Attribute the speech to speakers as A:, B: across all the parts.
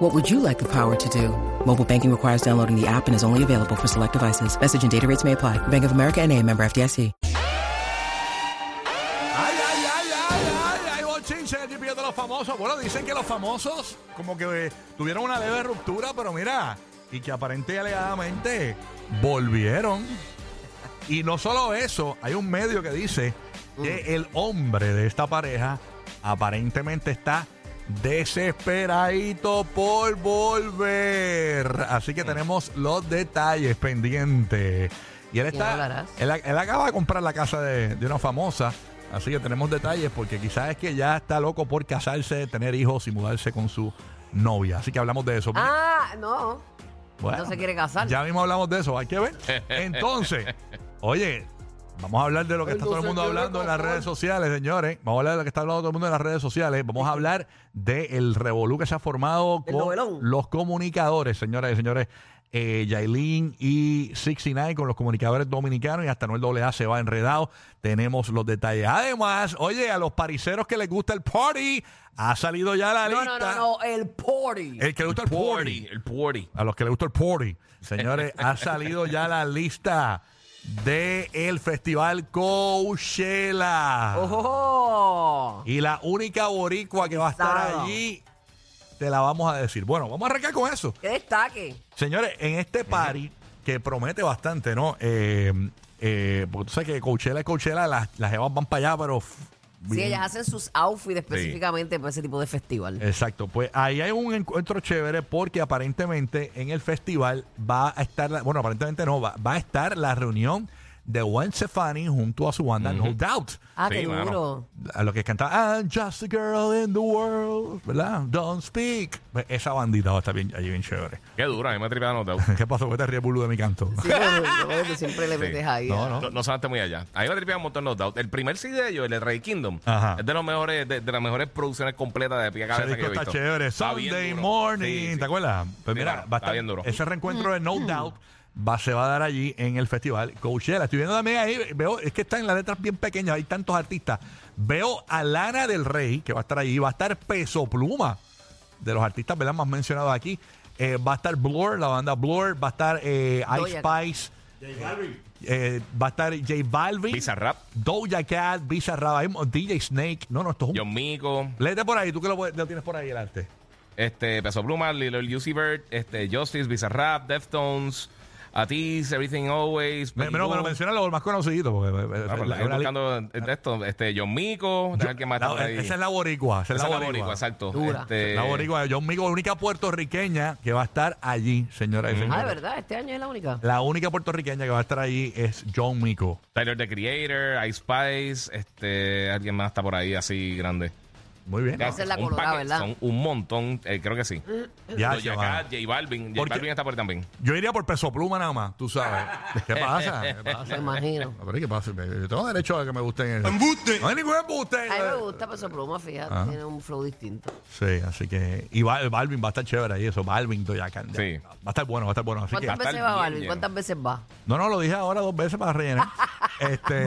A: What would you like the power to do? Mobile banking requires downloading the app and is only available for select devices. Message and data rates may apply. Bank of America and a member FDIC.
B: Ay, ay, ay, ay, ay, hay bochinche en el GPS de los famosos. Bueno, dicen que los famosos como que eh, tuvieron una leve ruptura, pero mira, y que aparente y alegadamente volvieron. Y no solo eso, hay un medio que dice que el hombre de esta pareja aparentemente está desesperadito por volver. Así que tenemos los detalles pendientes. Y él
C: ¿Quién
B: está.
C: hablarás?
B: Él, él acaba de comprar la casa de, de una famosa. Así que tenemos detalles porque quizás es que ya está loco por casarse, tener hijos y mudarse con su novia. Así que hablamos de eso.
C: Ah, no.
B: Bueno,
C: no se quiere casar.
B: Ya mismo hablamos de eso, hay que ver. Entonces, oye, vamos a hablar de lo que está todo el mundo hablando en las redes sociales, señores. Vamos a hablar de lo que está hablando todo el mundo en las redes sociales. Vamos a hablar del revolú que se ha formado
C: Del
B: con
C: novelón.
B: los comunicadores, señoras y señores. Eh, Yailin y 69 con los comunicadores dominicanos y hasta Noel AA se va enredado. Tenemos los detalles. Además, oye, a los pariseros que les gusta el party, ha salido ya la
C: No,
B: lista.
C: no, no, no, el party.
D: Eh.
B: El que le gusta el party.
D: Party, el party.
B: A los que les gusta el party. Señores, ha salido ya la lista del el Festival Coachella.
C: ¡Ojo!
B: Y la única boricua que va a estar
C: Sábado.
B: allí, te la vamos a decir. Bueno, vamos a arrancar con eso.
C: ¡Qué destaque!
B: Señores, en este party que promete bastante, ¿no? Eh, eh, porque tú sabes que Coachella es Coachella, las, las jevas van para allá, pero... f-
C: Sí,
B: bien-
C: ellas hacen sus outfits específicamente para ese tipo de
D: Eh,
C: festival.
B: Exacto, pues ahí hay un encuentro chévere porque aparentemente en el festival va a estar, la- bueno, aparentemente no, va, va a estar la reunión de Gwen Stefani junto a su banda No Doubt.
C: ah,
D: sí,
C: qué duro.
D: mano.
B: A lo que cantaba I'm just a girl in the world, ¿verdad? Don't speak. Pues esa bandita va a estar bien, allí bien chévere.
D: Qué dura, a mí me tripean los dedos.
B: ¿Qué pasó? ¿Qué te ríes, Bulu, de mi canto?
C: Sí, bueno, bueno, tú siempre le metes ahí. Ah,
B: No, no.
D: No, no sonaste muy allá. A mí me tripean un montón los dedos. El primer CD de ellos, el de Ray Kingdom,
B: Ajá.
D: es de los mejores, de, de las mejores producciones completas de pie a
B: Ese
D: cabeza que
B: disco
D: yo he
B: está
D: visto.
B: chévere.
D: Está bien
B: Sunday
D: duro.
B: morning.
D: Sí, sí.
B: ¿Te acuerdas? Pues
D: Sí,
B: mira,
D: mano,
B: va a
D: está
B: estar-
D: bien duro.
B: Ese reencuentro de No
C: Mm.
B: Doubt va, se va a dar allí en el festival Coachella. Estoy viendo también ahí, veo, es que están las letras bien pequeñas, hay tantos artistas. Veo a Lana del Rey, que va a estar allí, va a estar Peso Pluma, de los artistas ¿verdad? más mencionados aquí. Eh, va a estar Blur, la banda Blur, va a estar eh, Ice
C: Doja Cat.
B: Spice. eh, va a estar J Balvin,
D: Bizarrap.
B: Doja Cat, Bizarrap, hay un- DJ Snake. No, no, esto es un
D: John Mico,
B: Léete por ahí, tú que lo, puedes- lo tienes por ahí delante.
D: este, Peso Pluma, Lil Uzi Vert, este, Justice, Bizarrap, Deftones, Atis, Everything Always.
B: Me, me- no, me lo
D: Pitbull.
B: menciona los más conocidos. Porque, eh,
D: Ah, pero
B: la-
D: estoy
B: una li-
D: buscando el texto, este, John Mico,
B: yo-
D: deja que más está
B: la-
D: por ahí.
B: esa es la boricua. Esa,
D: Esa
B: es la boricua,
D: exacto.
C: Dura.
D: Este,
B: La boricua. Yo, amigo, la única puertorriqueña que va a estar allí, señora y
C: Ah, de
B: señores.
C: verdad, este año es la única.
B: La única puertorriqueña que va a estar allí es John Mico.
D: Tyler the Creator, Ice Spice, este, alguien más está por ahí así grande.
B: Muy bien.
C: Esa es la
D: Un
C: colorada, ¿verdad?
D: Son un montón, eh, creo que sí.
B: Ya,
D: Doja
B: chaval.
D: Cat, J Balvin, J
B: Porque-
D: Balvin está por ahí también.
B: Yo iría por peso pluma nada más, tú sabes. ¿Qué pasa? ¿Qué
C: Me
B: pasa?
C: imagino.
B: A ver, ¿qué pasa? Yo tengo derecho a que me gusten. ¡Embuste! No hay ningún embuste.
C: A mí me gusta Peso Pluma, fíjate,
B: Ajá.
C: tiene un flow distinto.
B: Sí, así que. Y Bal- Balvin va a estar chévere ahí, eso. Balvin, Doja Cat.
D: Sí.
B: Va a estar bueno, va a estar bueno. Así que,
C: ¿Cuántas
D: va
C: veces
D: a estar
C: va
D: bien
C: Balvin?
D: lleno.
C: ¿Cuántas veces va?
B: No, no, lo dije ahora dos veces para rellenar. este,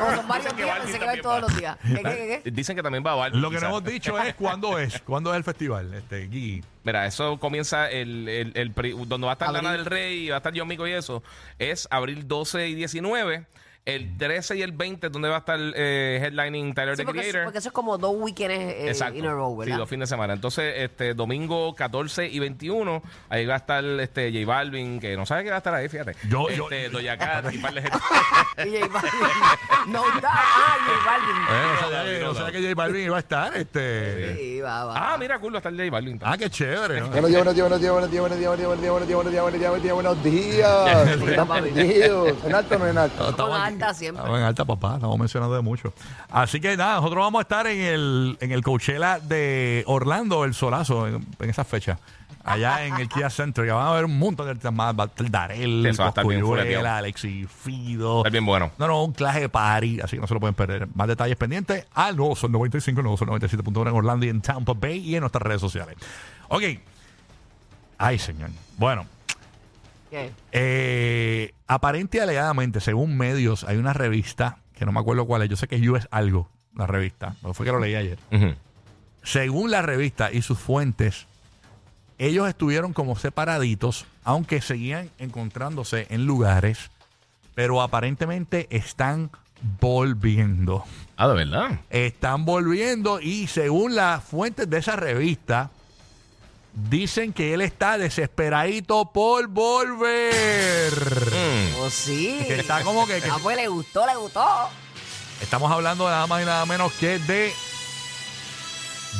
C: Como son varios
D: Dicen que
C: días,
D: Balvin
C: pensé que va
D: también
C: todos
D: va.
C: los días. ¿Qué, qué, qué, qué?
D: Dicen que también va a Balvin.
B: lo que no
D: quizás.
B: hemos dicho es cuándo es, cuándo es el festival, este, Gui.
D: Mira, eso comienza el, el, el pri- donde va a estar
C: Abril.
D: Lana del Rey, va a estar John Mico y eso. Es abril 12 y 19. El 13 y el 20 es donde va a estar eh, headlining Tyler
C: Sí,
D: the
C: porque, eso,
D: Creator.
C: porque eso es como dos weekends eh, in a row,
D: Sí,
C: ¿verdad?
D: dos fines de semana. Entonces, este domingo 14 y 21, ahí va a estar este J Balvin, que no sabe que va a estar ahí, fíjate.
B: Yo- yo-
D: este, Doja Cat y par de gente.
C: Y J Balvin. No, no, ah, J Balvin.
B: Eh, no
D: no,
B: sabía,
D: no,
B: no
D: no.
B: sabía que J Balvin iba a estar, este.
C: Sí, va, va.
D: Ah, mira, cool, va a estar J Balvin.
B: Ah, qué chévere, ¿no?
E: Buenos días, buenos días, buenos días, buenos días, buenos días, buenos días, buenos días, buenos días, buenos días, buenos días, buenos días. Están perdidos. ¿En alto o no en alto?
C: Estamos en alta siempre.
B: Estamos en alta, papá, estamos mencionando de mucho. Así que nada, nosotros vamos a estar en el, en el Coachella de Orlando, el Solazo, en, en esa fecha. allá en el Kia Center. Ya van a ver un montón de artistas más. Va a estar Darel,
D: Eso va a estar bien
B: Coscuyuela,
D: full, tío.
B: Alexis Fido.
D: Está bien bueno.
B: No, no, un clase de party, así que no se lo pueden perder. Más detalles pendientes al nuevo Sol 95, el nuevo Sol 97.1 en Orlando y en Tampa Bay y en nuestras redes sociales. Ok. Ay, señor. Bueno,
C: ¿Qué?
B: eh, aparente y alegadamente, según medios, hay una revista, que no me acuerdo cuál es, yo sé que es US algo, la revista, no fue que lo leí ayer.
D: Ujú.
B: Según la revista y sus fuentes, ellos estuvieron como separaditos, aunque seguían encontrándose en lugares, pero aparentemente están volviendo.
D: Ah, de verdad.
B: Están volviendo y según las fuentes de esa revista, dicen que él está desesperadito por volver.
D: Mm.
C: Pues sí.
B: Que está como que, que-
C: Ah, pues le gustó, le gustó.
B: estamos hablando nada más y nada menos que de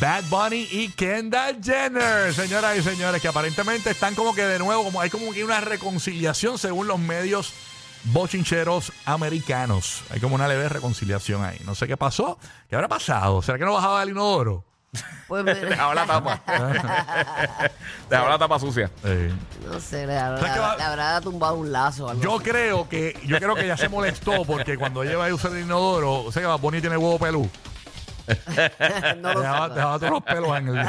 B: Bad Bunny y Kendall Jenner, señoras y señores, que aparentemente están como que de nuevo, como hay como que una reconciliación según los medios bochincheros americanos. Hay como una leve reconciliación ahí. No sé qué pasó. ¿Qué habrá pasado? ¿Será que no bajaba el inodoro?
C: Pues
D: Dejaba la tapa. Dejaba la tapa sucia.
B: Eh,
C: No sé, le habrá,
B: ¿Sabes qué va?
C: le habrá tumbado un lazo o algo.
B: yo creo que yo creo que ya se molestó porque cuando ella va a usar el inodoro, o sea que va a poner tiene huevo pelú.
C: así. no lo sé.
B: Dejaba, dejaba todos los pelos en el.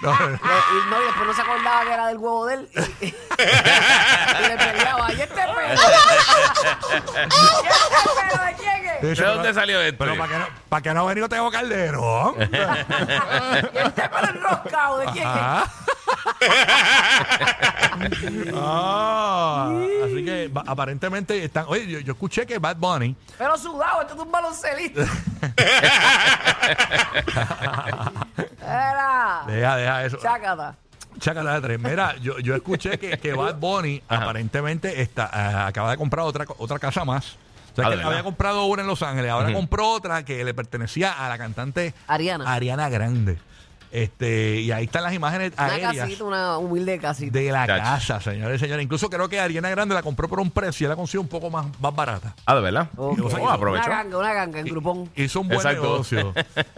C: Le- y no, y después no se acordaba que era del huevo de él. Y, y le peleaba. ¿Y este pelo? ¿Y este pelo de quién es?
B: De hecho,
D: ¿De dónde
B: pero-
D: salió este? esto?
B: Pero para que no, para que no este ha venido Teo Calderón.
C: ¿Y este pelo enroscado de quién es?
B: Ah. Ah, Así que va- aparentemente están. Oye, yo, yo escuché que Bad Bunny.
C: Pero sudado, esto es un baloncelista. Era.
B: Deja, deja eso.
C: Chácata.
B: Chácala de tres. Mira, yo, yo escuché que, que Bad Bunny aparentemente está, ah, acaba de comprar otra, co- otra casa más. O sea,
D: Ah,
B: que
D: ¿de verdad?
B: había comprado una en Los Ángeles, ahora compró otra que le pertenecía a la cantante
C: Ariana.
B: Ariana Grande. Este, y ahí están las imágenes
C: Una
B: aéreas.
C: casita, una humilde casita.
B: de la
D: Chacho.
B: casa, señores y señores. Incluso creo que Ariana Grande la compró por un precio y la consiguió un poco más, más barata.
D: Ah, de verdad.
C: Ok.
D: O sea, oh,
C: Una
D: aprovechó.
C: ganga, una ganga en grupón.
B: Hizo un buen
D: Exacto.
B: negocio.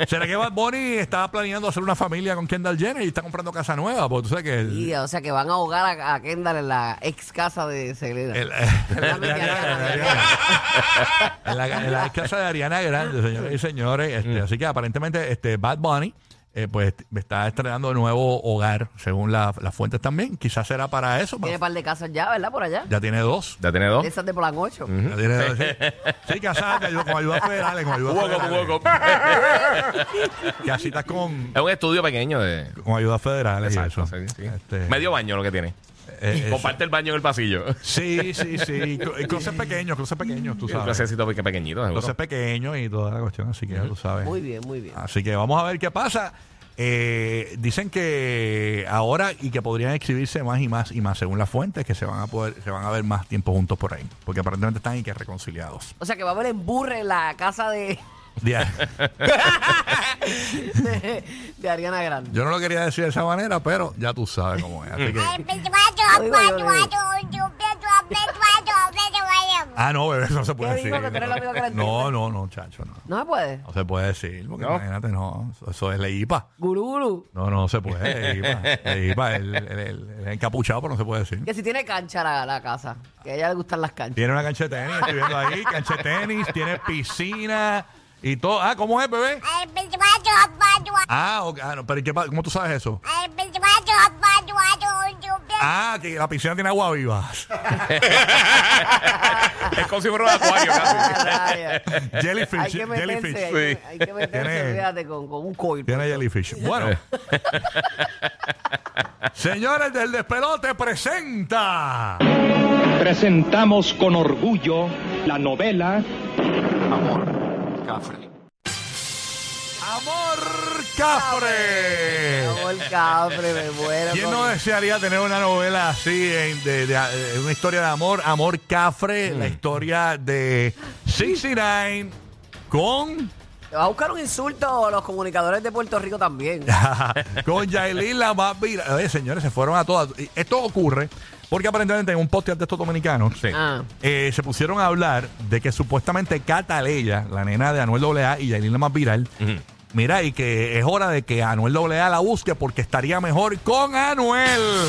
B: ¿Será que Bad Bunny estaba planeando hacer una familia con Kendall Jenner y está comprando casa nueva? Porque tú sabes que... el-
C: Y, o sea que van a ahogar a, a Kendall en la ex casa de Selena.
B: el-
C: Dame que haga,
B: en la, en la casa de Ariana Grande, señores y señores.
D: Mm.
B: Este, Así que aparentemente este Bad Bunny eh, pues está estrenando nuevo hogar, según la- las fuentes también. Quizás será para eso.
C: Tiene
B: para-
C: un par de casas ya, ¿verdad? Por allá.
B: ya tiene dos.
D: Ya tiene dos.
C: Esas de Plan 8.
B: Ya tiene dos, sí. Sí, casada, que yo- con ayuda federal, con ayuda
D: Hugo,
B: federal.
D: Hugo.
B: Casitas con,
D: Es un estudio pequeño de.
B: con ayuda federal.
D: Exacto,
B: y eso.
D: sí, sí.
B: Este,
D: Medio baño lo que tiene.
B: eh, eso.
D: Comparte el baño en el pasillo.
B: Sí, sí, sí. Co- eh, Cruces pequeños, cruces pequeños, tú
D: Un
B: sabes.
D: placecito peque- pequeñito. seguro.
B: Cruces pequeños y toda la cuestión, así que ya tú sabes.
C: Muy bien, muy bien.
B: Así que vamos a ver qué pasa. Eh, dicen que ahora y que podrían exhibirse más y más y más según las fuentes que se van a poder se van a ver más tiempo juntos por ahí porque aparentemente están y que reconciliados
C: O sea que va a haber emburre en la casa de,
B: Ya.
C: de, de Ariana Grande.
B: yo no lo quería decir de esa manera pero ya tú sabes cómo es así que
F: pues,
B: ah no bebé eso no se puede
C: ¿Qué
B: decir
C: digo? Que tú eres el único que lo
B: no
C: entiende.
B: no no chacho no
C: No se puede.
B: No se puede decir, porque
D: ¿No?
B: imagínate, no, eso- eso es la IPA.
C: Gurú, gurú.
B: No, no se puede, IPA. La IPA, el, el, el- el encapuchado, pero no se puede decir.
C: Que si tiene cancha la, la casa. Que a ella le gustan las canchas.
B: Tiene una cancha de tenis, estoy viendo ahí, cancha de tenis, tiene piscina y todo. Ah, ¿cómo es, bebé?
F: pues,
B: Ah, ok, ah, no, pero ¿y qué pa- ¿cómo tú sabes eso?
F: pues,
B: Ah, que la piscina tiene agua viva.
D: es como si fuera un acuario casi.
C: Raya. Hay
B: jellyfish,
C: que
B: jellyfish.
C: meterse, hay que, hay que meterse,
B: Tiene-
C: fíjate, con, con un coil.
B: Tiene jellyfish. Bueno. Señores del despelote, presenta.
G: Presentamos con orgullo la novela
H: Amor, cafre.
B: Amor Cafre.
C: Amor, cafre, me muero.
B: ¿Quién
C: con-
B: no desearía tener una novela así, en- de, de- de una historia de amor, amor cafre, la historia de 69 con,
C: Va a buscar un insulto a los comunicadores de Puerto Rico también.
B: con Yailin la más viral? Oye, señores, se fueron a todas. Y Esto ocurre porque aparentemente en un podcast de estos dominicanos
D: Sí.
C: Ah,
B: eh, se pusieron a hablar de que supuestamente Cataleya, la nena de Anuel AA y Yailin la más viral,
D: Ujú.
B: Mira, y que es hora de que Anuel AA la busque porque estaría mejor con Anuel.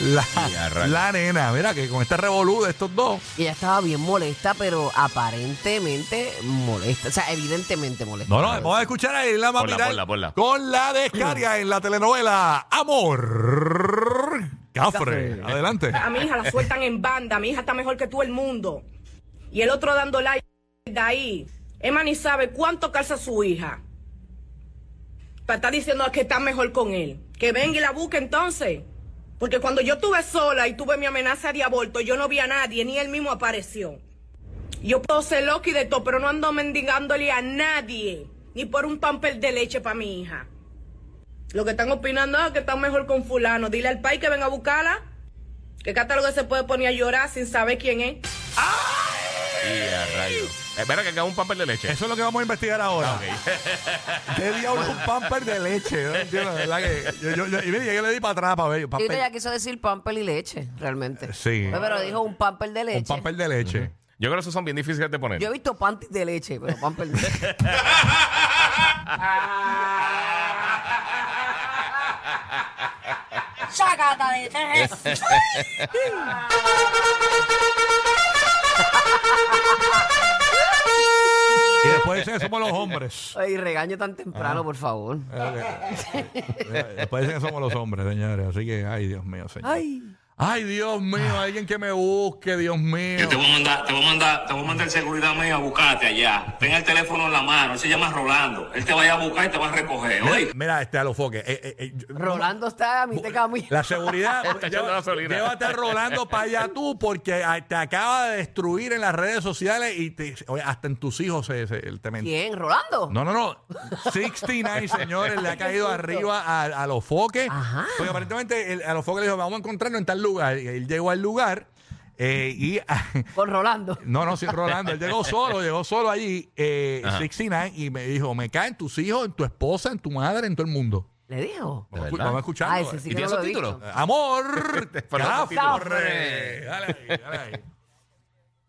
B: La,
I: Ya, rayos.
B: la nena, mira, que con este revolú de estos dos.
C: Y ella estaba bien molesta, pero aparentemente molesta. O sea, evidentemente molesta.
B: No, no, vamos a escuchar a la
I: Ponla, ponla, ponla.
B: con la descarga en la telenovela Amor. Cafre, adelante.
J: A mi hija la sueltan en banda. Mi hija está mejor que todo el mundo. Y el otro dando like de ahí. Emma ni sabe cuánto calza su hija. Para estar diciendo que está mejor con él. Que venga y la busque entonces. Porque cuando yo estuve sola y tuve mi amenaza de aborto, yo no vi a nadie, ni él mismo apareció. Yo puedo ser loca y de todo, pero no ando mendigándole a nadie. Ni por un pamper de leche para mi hija. Lo que están opinando es que está mejor con fulano. Dile al país que venga a buscarla. ¿Qué catálogo se puede poner a llorar sin saber quién es?
I: Ya, rayos. Espera Eh, que acabo un papel de leche.
B: Eso es lo que vamos a investigar ahora. ¿Qué diablo es un pamper de leche? Yo no entiendo, de verdad que. Yo, yo- yo- y mira, yo le di para atrás para ver.
C: Yo creo
B: pamper-
C: que ella quiso decir pamper y leche, realmente.
B: Sí.
C: Pero, pero dijo un pamper de
B: un
C: leche.
B: pamper de leche.
I: Yo creo que esos son bien difíciles de poner.
C: Yo he visto panties de leche, pero pamper de leche.
J: ¡Sácate de tres!
B: Y después dicen que somos los hombres.
C: Ay, regaño tan
B: Ah.
C: temprano, por favor.
B: Después dicen que somos los hombres, señores. Así que, ay, Dios mío, señor.
C: Ay.
B: Ay, Dios mío, alguien que me busque, Dios mío.
F: Yo te voy a mandar, te voy a mandar, te voy a mandar seguridad mía a buscarte allá. Ten el teléfono en la mano, él se llama Rolando. Él te va a ir a buscar y te va a recoger. Oye,
B: Mira, este a los foques. Eh, eh, eh, yo-
C: Rolando está a mi de camino.
B: La seguridad.
I: Está echando
B: lleva-
I: gasolina.
B: Llévate a Rolando para allá tú, porque ah, te acaba de destruir en las redes sociales y te- oye, hasta en tus hijos se, se- el te men-
C: ¿Quién? ¿Rolando?
B: No, no, no. 69, señores, le ha caído arriba a, a los foques.
C: Ajá.
B: Porque aparentemente el- a los foques le dijo, vamos a encontrarnos en tal lugar. Y él llegó al lugar eh, y.
C: Con Rolando.
B: No, no, sin Rolando. Él llegó solo, llegó solo allí, eh, 69, y me dijo, me caen tus hijos, en tu esposa, en tu madre, en todo el mundo.
C: ¿Le dijo?
I: ¿De verdad?
B: Vamos a escucharlo. eh.
C: Ay, ese sí
I: ¿Y
C: que
I: tiene
C: no lo
I: esos
C: he
I: títulos?
C: visto.
B: Amor,
I: Fernando
B: Cafre. Dale ahí, dale ahí.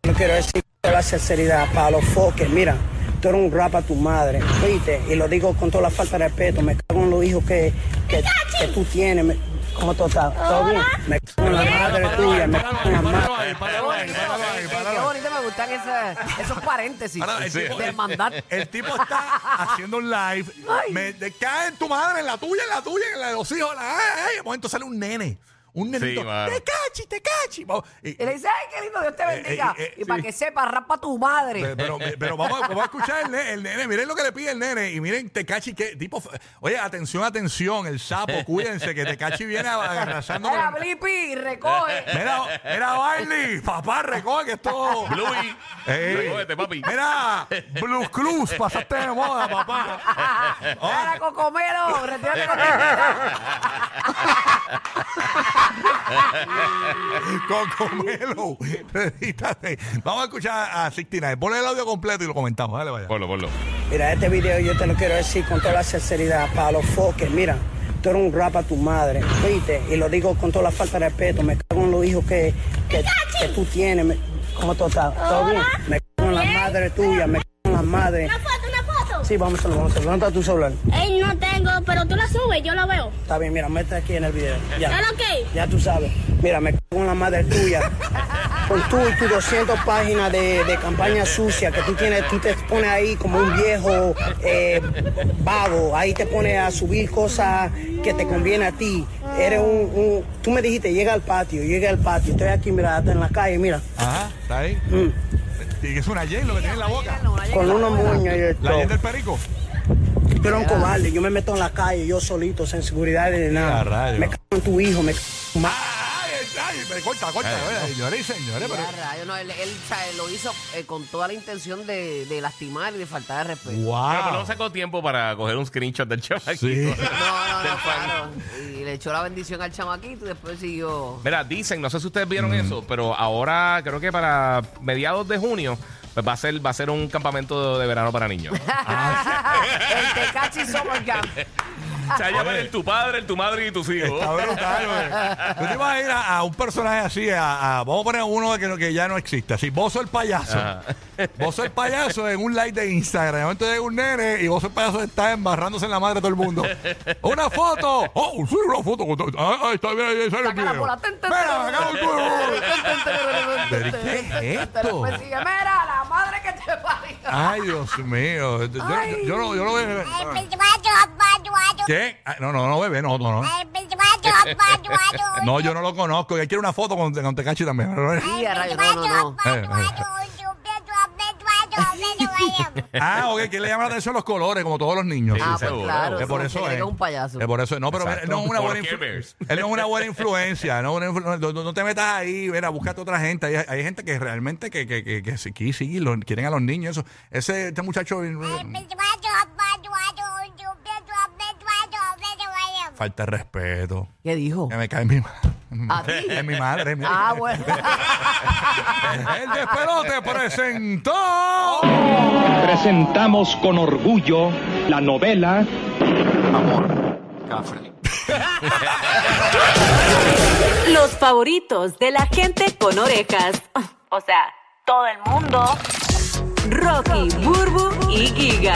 J: No quiero decir toda la sinceridad para los foques. Mira, tú eres un rap a tu madre, ¿viste? Y lo digo con toda la falta de respeto. Me cago en los hijos que, que, que tú tienes. Me- ¿Cómo tú estás? ¿Todo bien? Me cago en la madre tuya. Me cago en la madre.
B: Páralo ahí,
C: Qué
B: páralo ahí,
C: bonito,
B: páralo ahí,
C: qué
B: páralo ahí.
C: bonito me gustan esas- esos paréntesis
B: Páralo, Eh, el tipo-
C: de hermandad.
B: El tipo está haciendo un live.
C: Ay.
B: Me de- cae en tu madre, en la tuya, en la tuya, en la de los hijos. la- ay, ay, de momento sale un nene. Un nenito.
I: mano.
B: te cachi, te cachi. Vamos, y-
C: Y le dice, ay, qué lindo, Dios te
B: Eh,
C: bendiga.
B: eh, eh,
C: y para
B: sí.
C: que sepa, rapa tu madre.
B: Pe- Pero, pero, vamos, a- vamos a escuchar el nene, el nene. Miren lo que le pide el nene. Y miren, Tecachi, que tipo. f- Oye, atención, atención, el sapo, cuídense, que Tecachi viene agarrazando.
C: Era Blippi, recoge.
B: Mira, mira, Barney, papá, recoge que esto.
I: Bluey.
B: Ey.
I: Recógete, papi.
B: Mira, Blues Cruz, pasaste de moda, papá.
C: Era Cocomelo, retírate con dignidad.
B: Cocomelo, revítate. Vamos a escuchar a 69. Pon el audio completo y lo comentamos. Dale, vaya.
I: Ponlo, ponlo.
J: Mira, este video yo te lo quiero decir con toda la sinceridad para los foques. Mira, tú eres un rap a tu madre, ¿viste? Y lo digo con toda la falta de respeto. Me cago en los hijos que, que, que tú tienes. Me- ¿Cómo tú estás? ¿Todo bien? Me cago en la madre tuya. Me cago en la madre.
F: foto, una foto.
J: Sí, vamos a hacerlo, vamos a hacerlo. ¿Dónde está tu celular?
F: Ey, no tengo, pero tú la subes, yo la veo.
J: Está bien, mira, mete aquí en el video. Ya.
F: ¿Dale ok?
J: Ya tú sabes. Mira, me cago en la madre tuya. Por tú y tus 200 páginas de, de campaña sucia que tú tienes, tú te pones ahí como un viejo eh, vago. Ahí te pones a subir cosas que te conviene a ti. Eres un, un- Tú me dijiste, llega al patio, llega al patio. Estoy aquí, mira, hasta en la calle, mira.
B: Ajá, está ahí. Y es una J lo que tiene en la boca.
J: Con unos moños y el
B: La J
J: todo.
B: del perico.
J: Tú eres un cobarde. Yo me meto en la calle, yo solito, sin seguridad de
B: Ah,
J: nada.
B: rayos.
J: Me cago en tu hijo, me cago en tu madre.
B: Ay, ay, pero corta, corta. eh, Señores y señores, pero.
C: Ya, rayo, no, él, él, o sea, él lo hizo eh, con toda la intención de, de lastimar y de faltar de respeto.
I: Pero por lo
B: ¡Wow!
I: menos sacó tiempo para coger un screenshot del chaval.
B: Ah. Sí.
C: No, no, no, claro. Y le echó la bendición al chamaquito y después siguió.
D: Mira, dicen, no sé si ustedes vieron eso, pero ahora creo que para mediados de junio pues va a ser va a ser
B: Ah.
D: un campamento de, de verano para niños.
C: el Tecachi Summer Camp.
I: Chayo para el tu padre, el tu madre y tus hijos.
B: Está brutal, güey. Tú te vas a ir a, a un personaje así, a, a- vamos a poner uno que, no- que ya no existe. Así, Bozo el payaso. Bozo el payaso en un live de Instagram. Entonces un nene y Bozo el payaso está embarrándose en la madre de todo el mundo. ¡Una foto! ¡Oh, sí, una foto! con todo- Ah, ah, está bien, ahí sale el
C: Saca la
B: video.
C: bola. Ten, ten,
B: Mira,
C: ten,
B: acá
C: ten,
B: un-
C: Pero,
B: ¿qué es
C: Te lo
B: esto? Ah.
C: persigue. Mira, la madre que te parió.
B: Ay, Dios mío. Yo, yo- yo no, yo no veo.
F: pues,
B: ¿Qué? Ah, No, no, no, bebé, no, no, no.
F: pues,
B: No, yo no lo conozco. Él quiere una foto con, con Tecachi también.
C: Y
F: pues,
C: a rayos, no, no, no.
B: Ah, ok, que le llama la atención los colores, como todos los niños.
I: Sí,
C: Ah, pues
I: seguro.
C: claro.
B: Es por
C: se
B: eso
C: cree que
B: es.
C: es un payaso.
B: Es por eso es. No, pero
I: Exacto.
B: él no es una
I: ¿Por
B: buena
I: qué
B: influencia.
I: ves?
B: Él no es una buena influencia. No, es una influ- no, no- no te metas ahí, mira, búscate otra gente. Hay, hay gente que realmente que, que, que, que sí, que sí, lo- quieren a los niños. Eso. Ese, este muchacho eh,
F: pues,
B: falta de respeto.
C: ¿Qué dijo?
B: Que me cae en mi
C: ¿A
B: madre.
C: ti?
B: Es mi madre. mi-
C: Ah, bueno.
B: El despelote presentó.
G: Presentamos con orgullo la novela
H: Amor, cafre.
K: Los favoritos de la gente con orejas. O sea, todo el mundo. Rocky, Burbu y Giga.